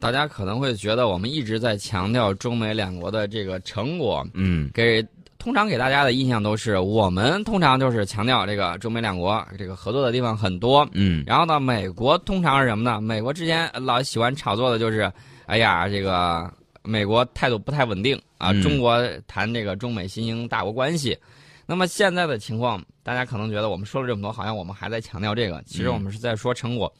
大家可能会觉得我们一直在强调中美两国的这个成果，嗯，给通常给大家的印象都是我们通常就是强调这个中美两国这个合作的地方很多，嗯，然后呢，美国通常是什么呢？美国之前老喜欢炒作的就是，哎呀，这个美国态度不太稳定啊，嗯中国谈这个中美新兴大国关系。那么现在的情况，大家可能觉得我们说了这么多，好像我们还在强调这个，其实嗯我们是在说成果。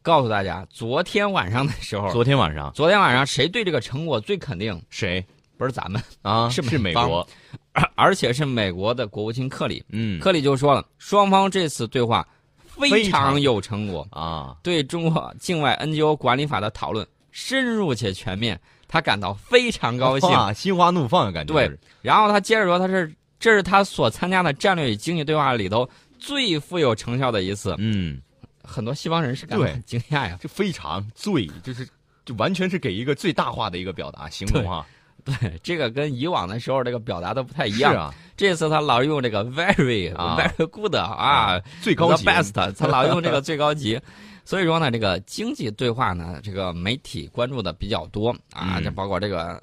告诉大家，昨天晚上的时候，昨天晚上昨天晚上谁对这个成果最肯定？谁不是 咱们，啊？是是美美方国，而而且是美国的国务卿克里。嗯克里就说了，双方这次对话非非常常有成果。啊，对中国境外 NGO 管理法的讨论深入且全面，他感到非常高兴。哇，心花怒放的感觉，对就是，然后他接着说，他是这是他所参加的战略与经济对话里头最富有成效的一次。嗯，很多西方人是感到对很惊讶呀，这非常醉，就是就完全是给一个最大化的一个表达形容啊，对，这个跟以往的时候这个表达都不太一样。是啊，这次他老用这个 very、啊 very good 啊，最高级 the best，他老用这个最高级。 所以说呢，这个经济对话呢，这个媒体关注的比较多啊，嗯这包括这个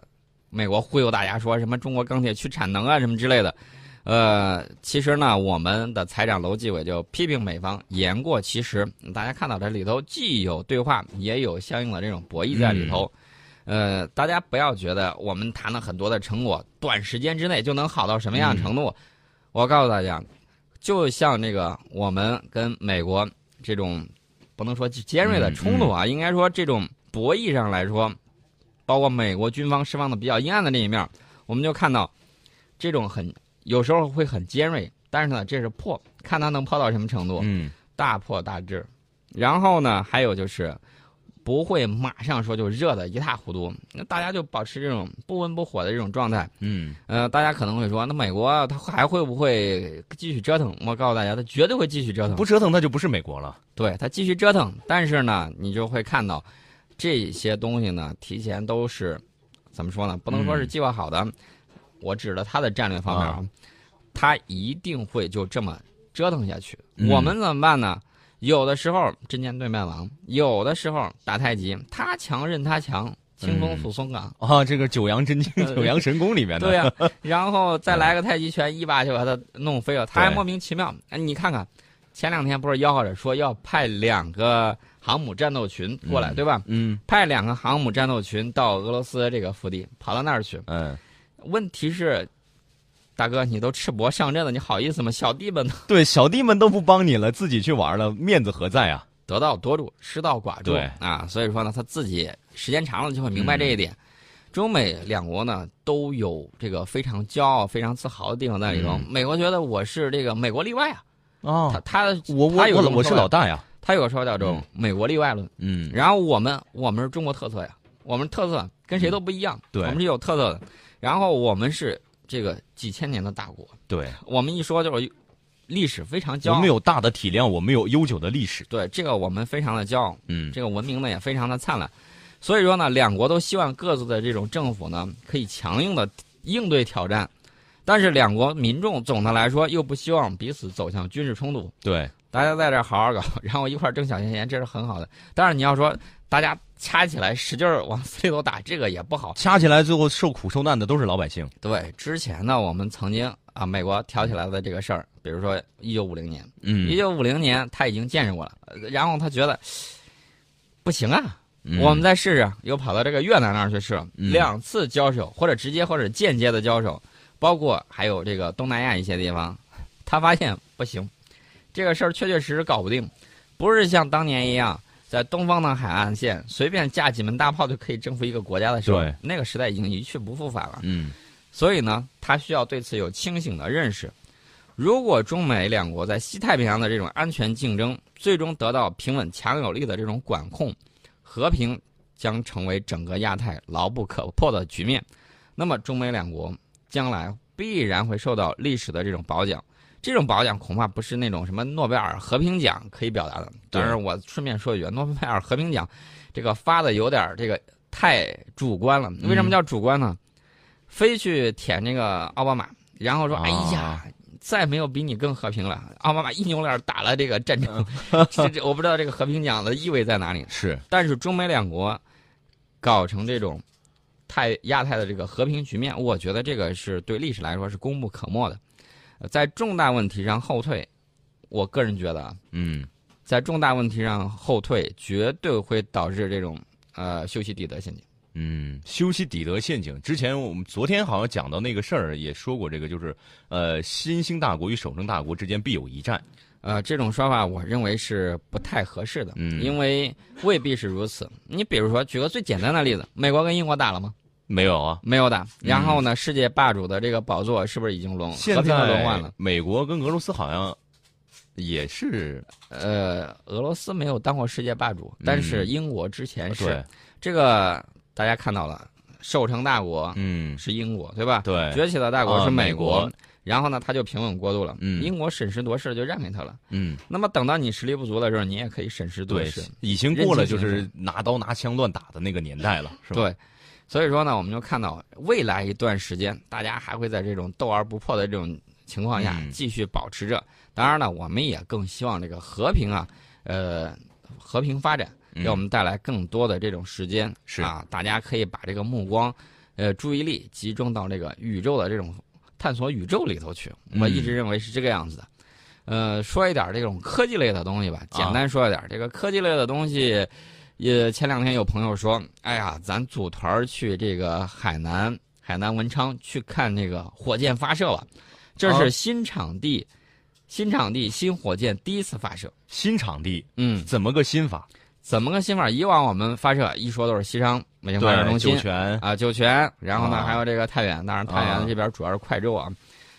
美国忽悠大家说什么中国钢铁去产能啊什么之类的。呃，其实呢，我们的财长楼继伟就批评美方言过其实。大家看到这里头既有对话，也有相应的这种博弈在里头。嗯呃，大家不要觉得我们谈了很多的成果，短时间之内就能好到什么嗯样的程度。我告诉大家，就像这个我们跟美国这种不能说尖锐的冲突啊，应该说这种博弈上来说，包括美国军方释放的比较阴暗的那一面，我们就看到这种很有时候会很尖锐，但是呢，这是破，看它能破到什么程度，嗯，大破大治。然后呢，还有就是不会马上说就热的一塌糊涂，那大家就保持这种不温不火的这种状态。嗯，呃，大家可能会说，那美国它还会不会继续折腾？我告诉大家，它绝对会继续折腾。不折腾那就不是美国了，对，它继续折腾，但是呢，你就会看到这些东西呢，提前都是怎么说呢？不能说是嗯计划好的。我指的它的战略方面啊，它一定会就这么折腾下去。嗯我们怎么办呢？有的时候针尖对麦芒，有的时候打太极，他强任他强，清风嗯抚松冈。啊，这个九阳真经、九阳神功里 面的，对呀、然后再来个太极拳，一把就把他弄飞了。他还对莫名其妙，哎，你看看，前两天不是吆喝着说要派两个航母战斗群过来，嗯对吧？嗯派两个航母战斗群到俄罗斯这个腹地，跑到那儿去。嗯，问题是，大哥，你都赤膊上阵了，你好意思吗？小弟们对，小弟们都不帮你了，自己去玩了，面子何在啊？得道多助，失道寡助对啊，所以说呢，他自己时间长了就会明白这一点。嗯中美两国呢都有这个非常骄傲、非常自豪的地方在里头。嗯美国觉得我是这个美国例外啊，他哦，他我我他有我这么我是说呀老大呀，他有个说法叫做嗯“美国例外论”，嗯，然后我们我们是中国特色呀，我们特色跟谁都不一样，嗯对我们是有特色的。然后我们是这个几千年的大国，对，我们一说就是历史非常骄我傲们。有大的体量，我们有悠久的历史，对这个我们非常的骄傲，嗯，这个文明呢也非常的灿烂，所以说呢，两国都希望各自的这种政府呢可以强硬的应对挑战，但是两国民众总的来说又不希望彼此走向军事冲突，对，大家在这儿好好搞， 然后一块儿挣小钱钱，这是很好的。但是你要说大家掐起来使劲儿往死里头打，这个也不好。掐起来最后受苦受难的都是老百姓，对，之前呢我们曾经啊美国挑起来的这个事儿，比如说一九五零年，嗯一九五零年他已经见识过了，呃然后他觉得不行啊，嗯我们再试试，又跑到这个越南那儿去试了，嗯两次交手，或者直接或者间接的交手，包括还有这个东南亚一些地方， 他发现不行，这个事儿确确实实搞不定，不是像当年一样在东方的海岸线随便架几门大炮就可以征服一个国家的时候对，那个时代已经一去不复返了。嗯所以呢，他需要对此有清醒的认识。如果中美两国在西太平洋的这种安全竞争最终得到平稳、强有力的这种管控，和平将成为整个亚太牢不可破的局面。那么，中美两国将来必然会受到历史的这种褒奖。这种褒奖恐怕不是那种什么诺贝尔和平奖可以表达的。对当然，我顺便说一句，诺贝尔和平奖这个发的有点儿这个太主观了。为什么叫主观呢？非去舔这个奥巴马，然后说：“啊哎呀，再没有比你更和平了。”奥巴马一扭脸打了这个 战争，这这我不知道这个和平奖的意味在哪里。是但是中美两国搞成这种太亚太的这个和平局面，我觉得这个是对历史来说是功不可没的。呃在重大问题上后退，我个人觉得啊，嗯，在重大问题上后退，绝对会导致这种呃修昔底德陷阱。嗯，修昔底德陷阱。之前我们昨天好像讲到那个事儿，也说过这个，就是呃，新兴大国与守成大国之间必有一战。呃，这种说法我认为是不太合适的，嗯因为未必是如此。你比如说，举个最简单的例子，美国跟英国打了吗？没有啊，没有打。然后呢，世界霸主的这个宝座是不是已经轮现和平的轮换在了？美国跟俄罗斯好像也是呃，俄罗斯没有当过世界霸主，但是嗯英国之前是、对，这个大家看到了，守成大国嗯，是英国，对吧？对，崛起的大国啊是美国，国然后呢，他就平稳过渡了。嗯英国审时度势就让给他了。嗯，那么等到你实力不足的时候，你也可以审时度对势。，已经过了人就间疾是拿刀拿枪乱打的那个年代了，是吧？对，所以说呢，我们就看到未来一段时间，大家还会在这种斗而不破的这种情况下嗯继续保持着。当然了，我们也更希望这个和平啊，呃，和平发展嗯给我们带来更多的这种时间、是啊，大家可以把这个目光，呃，注意力集中到这个宇宙的这种探索宇宙里头去。我一嗯直认为是这个样子的。呃，说一点这种科技类的东西吧，啊简单说一点、这个科技类的东西。也前两天有朋友说，哎呀，咱组团儿去这个海南海南文昌去看那个火箭发射了，这啊是新场地，新场地新火箭第一次发射。新场地嗯，怎么个新法？怎么个新法？以往我们发射一说都是西昌卫星发射对，中酒心 泉，啊，酒泉，然后呢、啊还有这个太原，当然太啊原这边主要是快舟啊，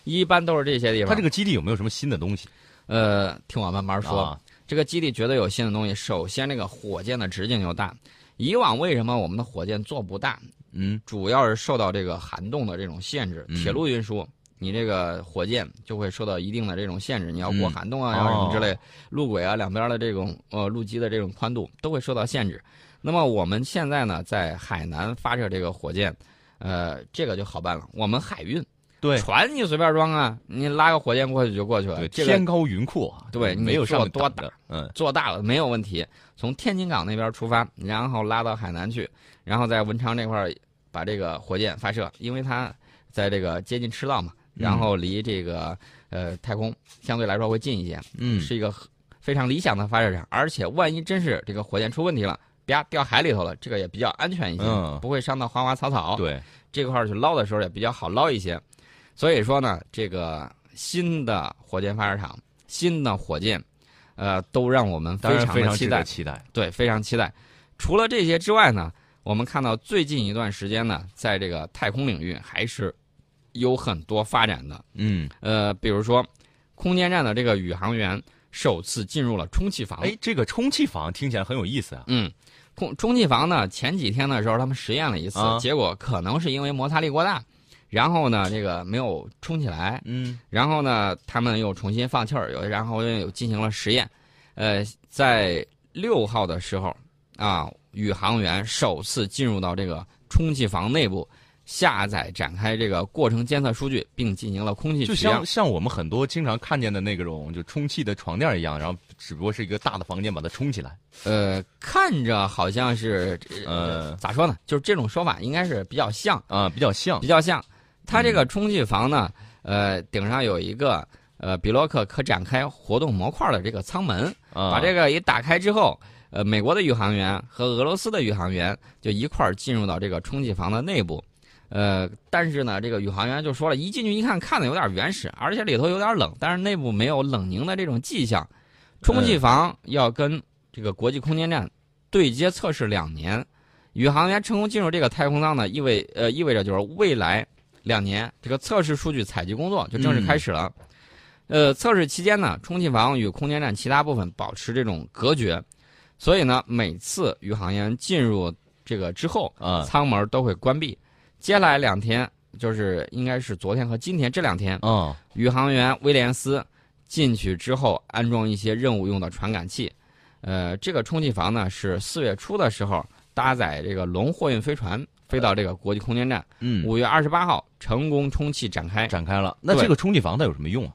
一般都是这些地它方。这个基地有没有什么新的东西？呃，听我慢慢说。啊，这个基地绝对有新的东西。首先，这个火箭的直径就大。以往为什么我们的火箭做不大，嗯，主要是受到这个涵洞的这种限制。嗯铁路运输，你这个火箭就会受到一定的这种限制，你要过嗯涵洞啊，要什么之类哦，路轨啊，两边的这种呃路基的这种宽度都会受到限制。那么我们现在呢，在海南发射这个火箭，呃，这个就好办了。我们海运对船你随便装啊，你拉个火箭过去就过去了。对，这个呃天高云阔啊，对没有你上做面多挡着，嗯，做大了没有问题。从天津港那边出发，然后拉到海南去，然后在文昌这块儿把这个火箭发射，因为它在这个接近赤道嘛，然嗯后离这个呃太空相对来说会近一些，嗯是一个很非常理想的发射场。而且万一真是这个火箭出问题了，啪掉海里头了，这个也比较安全一些，嗯不会伤到花花草草。对，这块儿去捞的时候也比较好捞一些。所以说呢，这个新的火箭发射场、新的火箭，呃，都让我们当非然常非的常期值得待，期待，对，非常期待。除了这些之外呢，我们看到最近一段时间呢，在这个太空领域还是有很多发展的。嗯，呃，比如说，空间站的这个宇航员首次进入了充气房。哎，这个充气房听起来很有意思啊，嗯，空充气房呢，前几天的时候他们实验了一次，啊结果可能是因为摩擦力过大，然后呢，这个没有充起来，嗯，然后呢，他们又重新放气儿，有然后又进行了实验，呃，在六号的时候啊，宇航员首次进入到这个充气房内部。下载展开这个过程监测数据，并进行了空气就取像样。像我们很多经常看见的那种就充气的床垫一样，然后只不过是一个大的房间把它充起来，呃，看着好像是，呃咋说呢？就是这种说法应该是比较像，啊，比较像比较像。它这个充气房呢，呃，顶上有一个呃比洛克可展开活动模块的这个舱门，啊，把这个一打开之后，呃，美国的宇航员和俄罗斯的宇航员就一块儿进入到这个充气房的内部。呃，但是呢，这个宇航员就说了，一进去一看，看的有点原始，而且里头有点冷，但是内部没有冷凝的这种迹象。充气房要跟这个国际空间站对接测试两年，宇航员成功进入这个太空舱呢，意味呃意味着就是未来两年这个测试数据采集工作就正式开始了。呃，测试期间呢，充气房与空间站其他部分保持这种隔绝，所以呢，每次宇航员进入这个之后，啊舱门都会关闭。接下来两天，就是应该是昨天和今天这两天，啊，宇航员威廉斯进去之后安装一些任务用的传感器。呃，这个充气房呢是四月初的时候搭载这个龙货运飞船飞到这个国际空间站，嗯，五月二十八号成功充气展开。展开了，那对这个充气房它有什么用啊？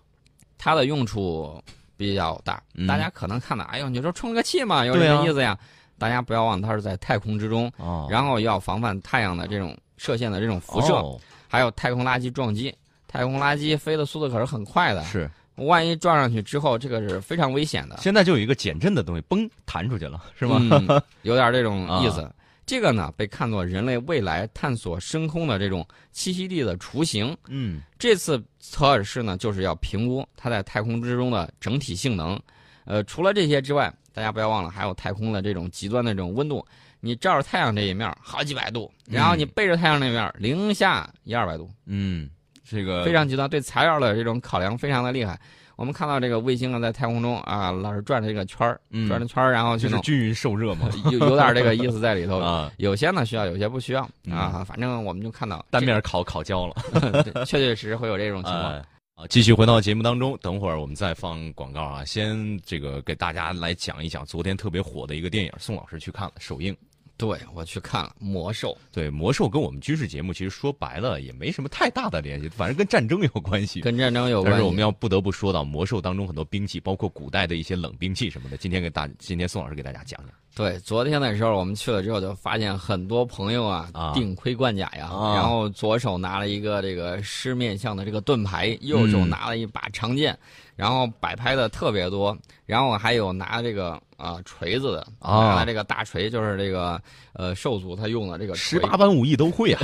它的用处比较大嗯，大家可能看到，哎呦，你说充了个气嘛，有对什啊么意思呀？大家不要忘，它是在太空之中，哦，然后要防范太阳的这种射线的这种辐射，哦还有太空垃圾撞击。太空垃圾飞的速度可是很快的，是万一撞上去之后，这个是非常危险的，现在就有一个减震的东西，嘣弹出去了，是吗？ 啊嗯、有点这种意思。这个呢，被看作人类未来探索深空的这种栖息地的雏形。嗯，这次测尔氏呢，就是要评估它在太空之中的整体性能。呃，除了这些之外，大家不要忘了，还有太空的这种极端的这种温度。你照着太阳这一面儿好几百度，然后你背着太阳那面儿零下一二百度，嗯，这个非常极端。对材料的这种考量非常的厉害。我们看到这个卫星啊，在太空中啊，老是转着这个圈儿，嗯转着圈儿，然后去就是弄，均匀受 热嘛有有点这个意思在里头。 啊，嗯有些呢需要，有些不需要啊。反正我们就看到单面烤烤焦了。这确确实实会有这种情况。哎好，继续回到节目当中，等会儿我们再放广告啊。先这个给大家来讲一讲昨天特别火的一个电影，宋老师去看了首映。对我去看了《魔兽》，对，魔兽跟我们军事节目其实说白了也没什么太大的联系，反正跟战争有关系。跟战争有但关是我们系。要不得不说到魔兽当中很多兵器，包括古代的一些冷兵器什么的。今天给大，今天宋老师给大家讲讲。对，昨天的时候我们去了之后，就发现很多朋友啊啊定盔贯甲呀，啊然后左手拿了一个这个狮面像的这个盾牌，右嗯手拿了一把长剑，然后摆拍的特别多，然后还有拿这个啊、锤子的，拿啊了这个大锤，就是这个呃兽族他用的这个十锤八般武艺都 会啊！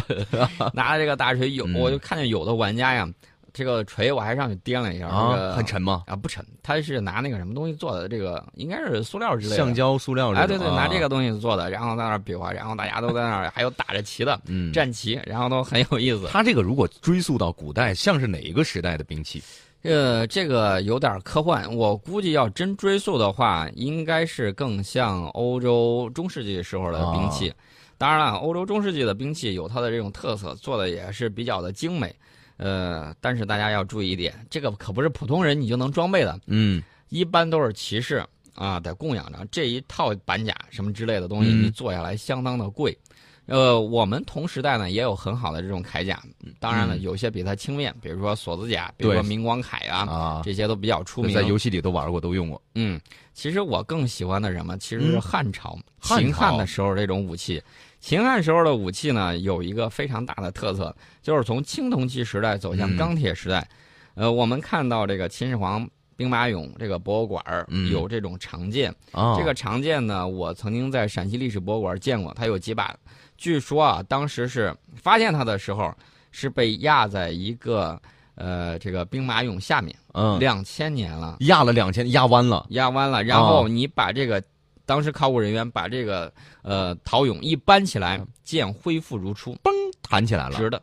拿了这个大锤，有嗯我就看见有的玩家呀，这个锤我还上去掂了一下，这啊，个很沉吗？啊不沉，他是拿那个什么东西做的，这个应该是塑料之类的，橡胶、塑料这种哎对对，啊拿这个东西做的，然后在那儿比划，然后大家都在那儿还有打着旗的嗯，战旗，然后都很有意思。它这个如果追溯到古代，像是哪一个时代的兵器？呃，这个有点科幻，我估计要真追溯的话，应该是更像欧洲中世纪时候的啊兵器。当然了，欧洲中世纪的兵器有它的这种特色，做的也是比较的精美。呃，但是大家要注意一点，这个可不是普通人你就能装备的，嗯，一般都是骑士啊得供养着这一套板甲什么之类的东西，嗯你做下来相当的贵。呃，我们同时代呢也有很好的这种铠甲，当然了，嗯有些比它轻便，比如说锁子甲，比如对说明光铠啊，啊，这些都比较出名。在游戏里都玩过，都用过。嗯，其实我更喜欢的什么，其实是嗯汉朝、汉秦汉朝的时候这种武器。秦汉时候的武器呢，有一个非常大的特色，就是从青铜器时代走向嗯钢铁时代。呃，我们看到这个秦始皇兵马俑这个博物馆儿嗯有这种长剑，啊，这个长剑呢，我曾经在陕西历史博物馆见过，它有几把。据说啊，当时是发现它的时候是被压在一个呃这个兵马俑下面，嗯，两千年了。压了两千，压弯了。压弯了，然啊后你把这个，当时考古人员把这个呃陶俑一搬起来，嗯剑恢复如初，弹起来了，直的，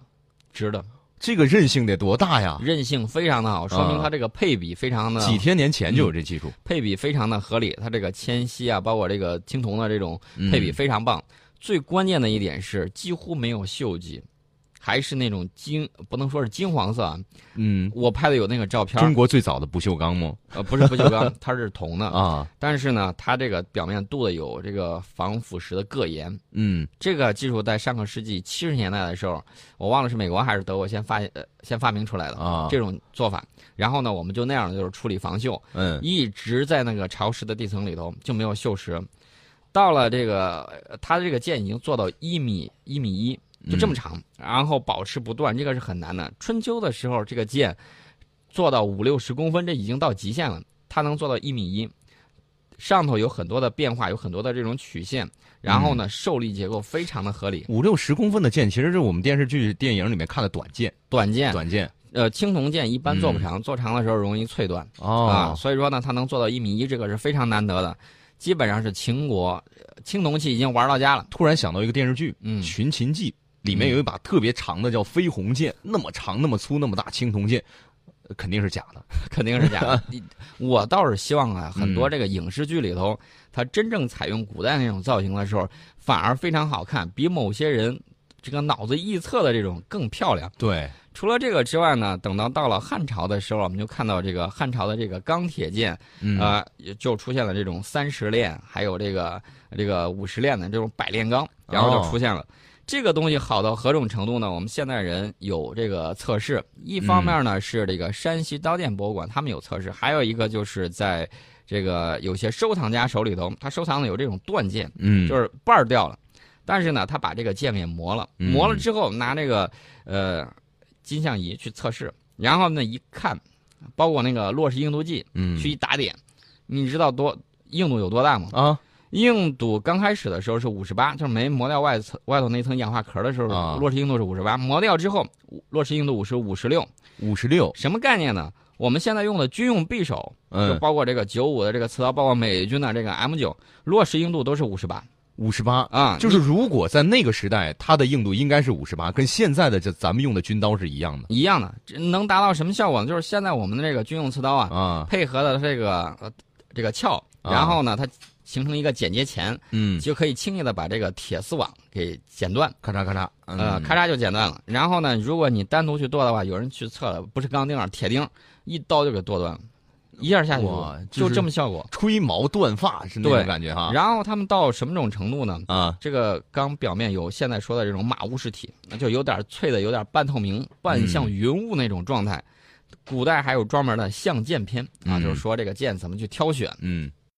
直的，这个韧性得多大呀！韧性非常的好，说明啊它这个配比非常的几天年前就有这技术，配比非常的合理，它这个铅锡啊，包括这个青铜的这种嗯配比非常棒。最关键的一点是几乎没有锈迹，还是那种金，不能说是金黄色啊，嗯，我拍的有那个照片中儿，国最早的不锈钢吗？呃，不是不锈钢， 它是铜的，啊，但是呢，它这个表面镀的有这个防腐蚀的铬盐。嗯，这个技术在上个世纪七十年代的时候，我忘了是美国还是德国先发呃先发明出来的啊这种做法。然后呢，我们就那样就是处理防锈，嗯，一直在那个潮湿的地层里头就没有锈蚀。到了这个，呃它这个剑已经做到一米一米一，就嗯这么长，然后保持不断，这个是很难的。春秋的时候，这个剑做到五六十公分，这已经到极限了，它能做到一米一。上头有很多的变化，有很多的这种曲线，然后嗯呢，受力结构非常的合理。五六十公分的剑，其实是我们电视剧、电影里面看的短剑，短剑，短剑呃，青铜剑一般做不长，做长的时候容易脆断啊，哦，所以说呢，它能做到一米一，这个是非常难得的。基本上是秦国呃青铜器已经玩到家了，突然想到一个电视剧《嗯，寻秦记》，里面有一把特别长的叫飞鸿嗯剑，那么长、那么粗、那么大青铜剑，呃肯定是假的。肯定是假的。你我倒是希望啊，很多这个影视剧里头，它真正采用古代那种造型的时候，反而非常好看，比某些人这个脑子臆测的这种更漂亮。对，除了这个之外呢，等到到了汉朝的时候，我们就看到这个汉朝的这个钢铁剑，嗯啊、也就出现了这哦种三十炼，还有这个这个五十炼的这种百炼钢，然后就出现了。这个东西好到何种程度呢？我们现代人有这个测试，一嗯方面呢是这个山西刀剑博物馆他们有测试，还有一个就是在这个有些收藏家手里头，他收藏的有这种断剑，嗯，就是瓣儿掉了，但是呢，他把这个剑给磨了，嗯磨了之后拿那个呃金像仪去测试，然后呢一看，包括那个洛氏硬度计嗯去一打点，你知道多硬度有多大吗？啊，硬度刚开始的时候是五十八，就是没磨掉外层外头那层氧化壳的时候，啊洛氏硬度是五十八，磨掉之后，洛氏硬度是五十六，五十六，什么概念呢？我们现在用的军用匕首，就嗯，包括这个九五的这个刺刀，包括美军的这个 M 九，洛氏硬度都是五十八五十八。啊，就是如果在那个时代，它的硬度应该是五十八，跟现在的这咱们用的军刀是一样的一样的，这能达到什么效果呢？就是现在我们的这个军用刺刀啊，啊。配合的这个呃这个鞘，啊然后呢，它形成一个剪接钳，嗯，就可以轻易的把这个铁丝网给剪断，咔嚓咔嚓，呃，嗯，咔嚓就剪断了。然后呢，如果你单独去剁的话，有人去测了，不是钢钉啊，铁钉，一刀就给剁断了，一下下去哇就啊就是这么效果。吹毛断发是那对种感觉哈。然后他们到什么种程度呢？啊，这个钢表面有现在说的这种马乌实体，就有点脆的，有点半透嗯明，半像云雾那种状态。古代还有专门的相剑篇啊，嗯就是说这个剑怎么去挑选。嗯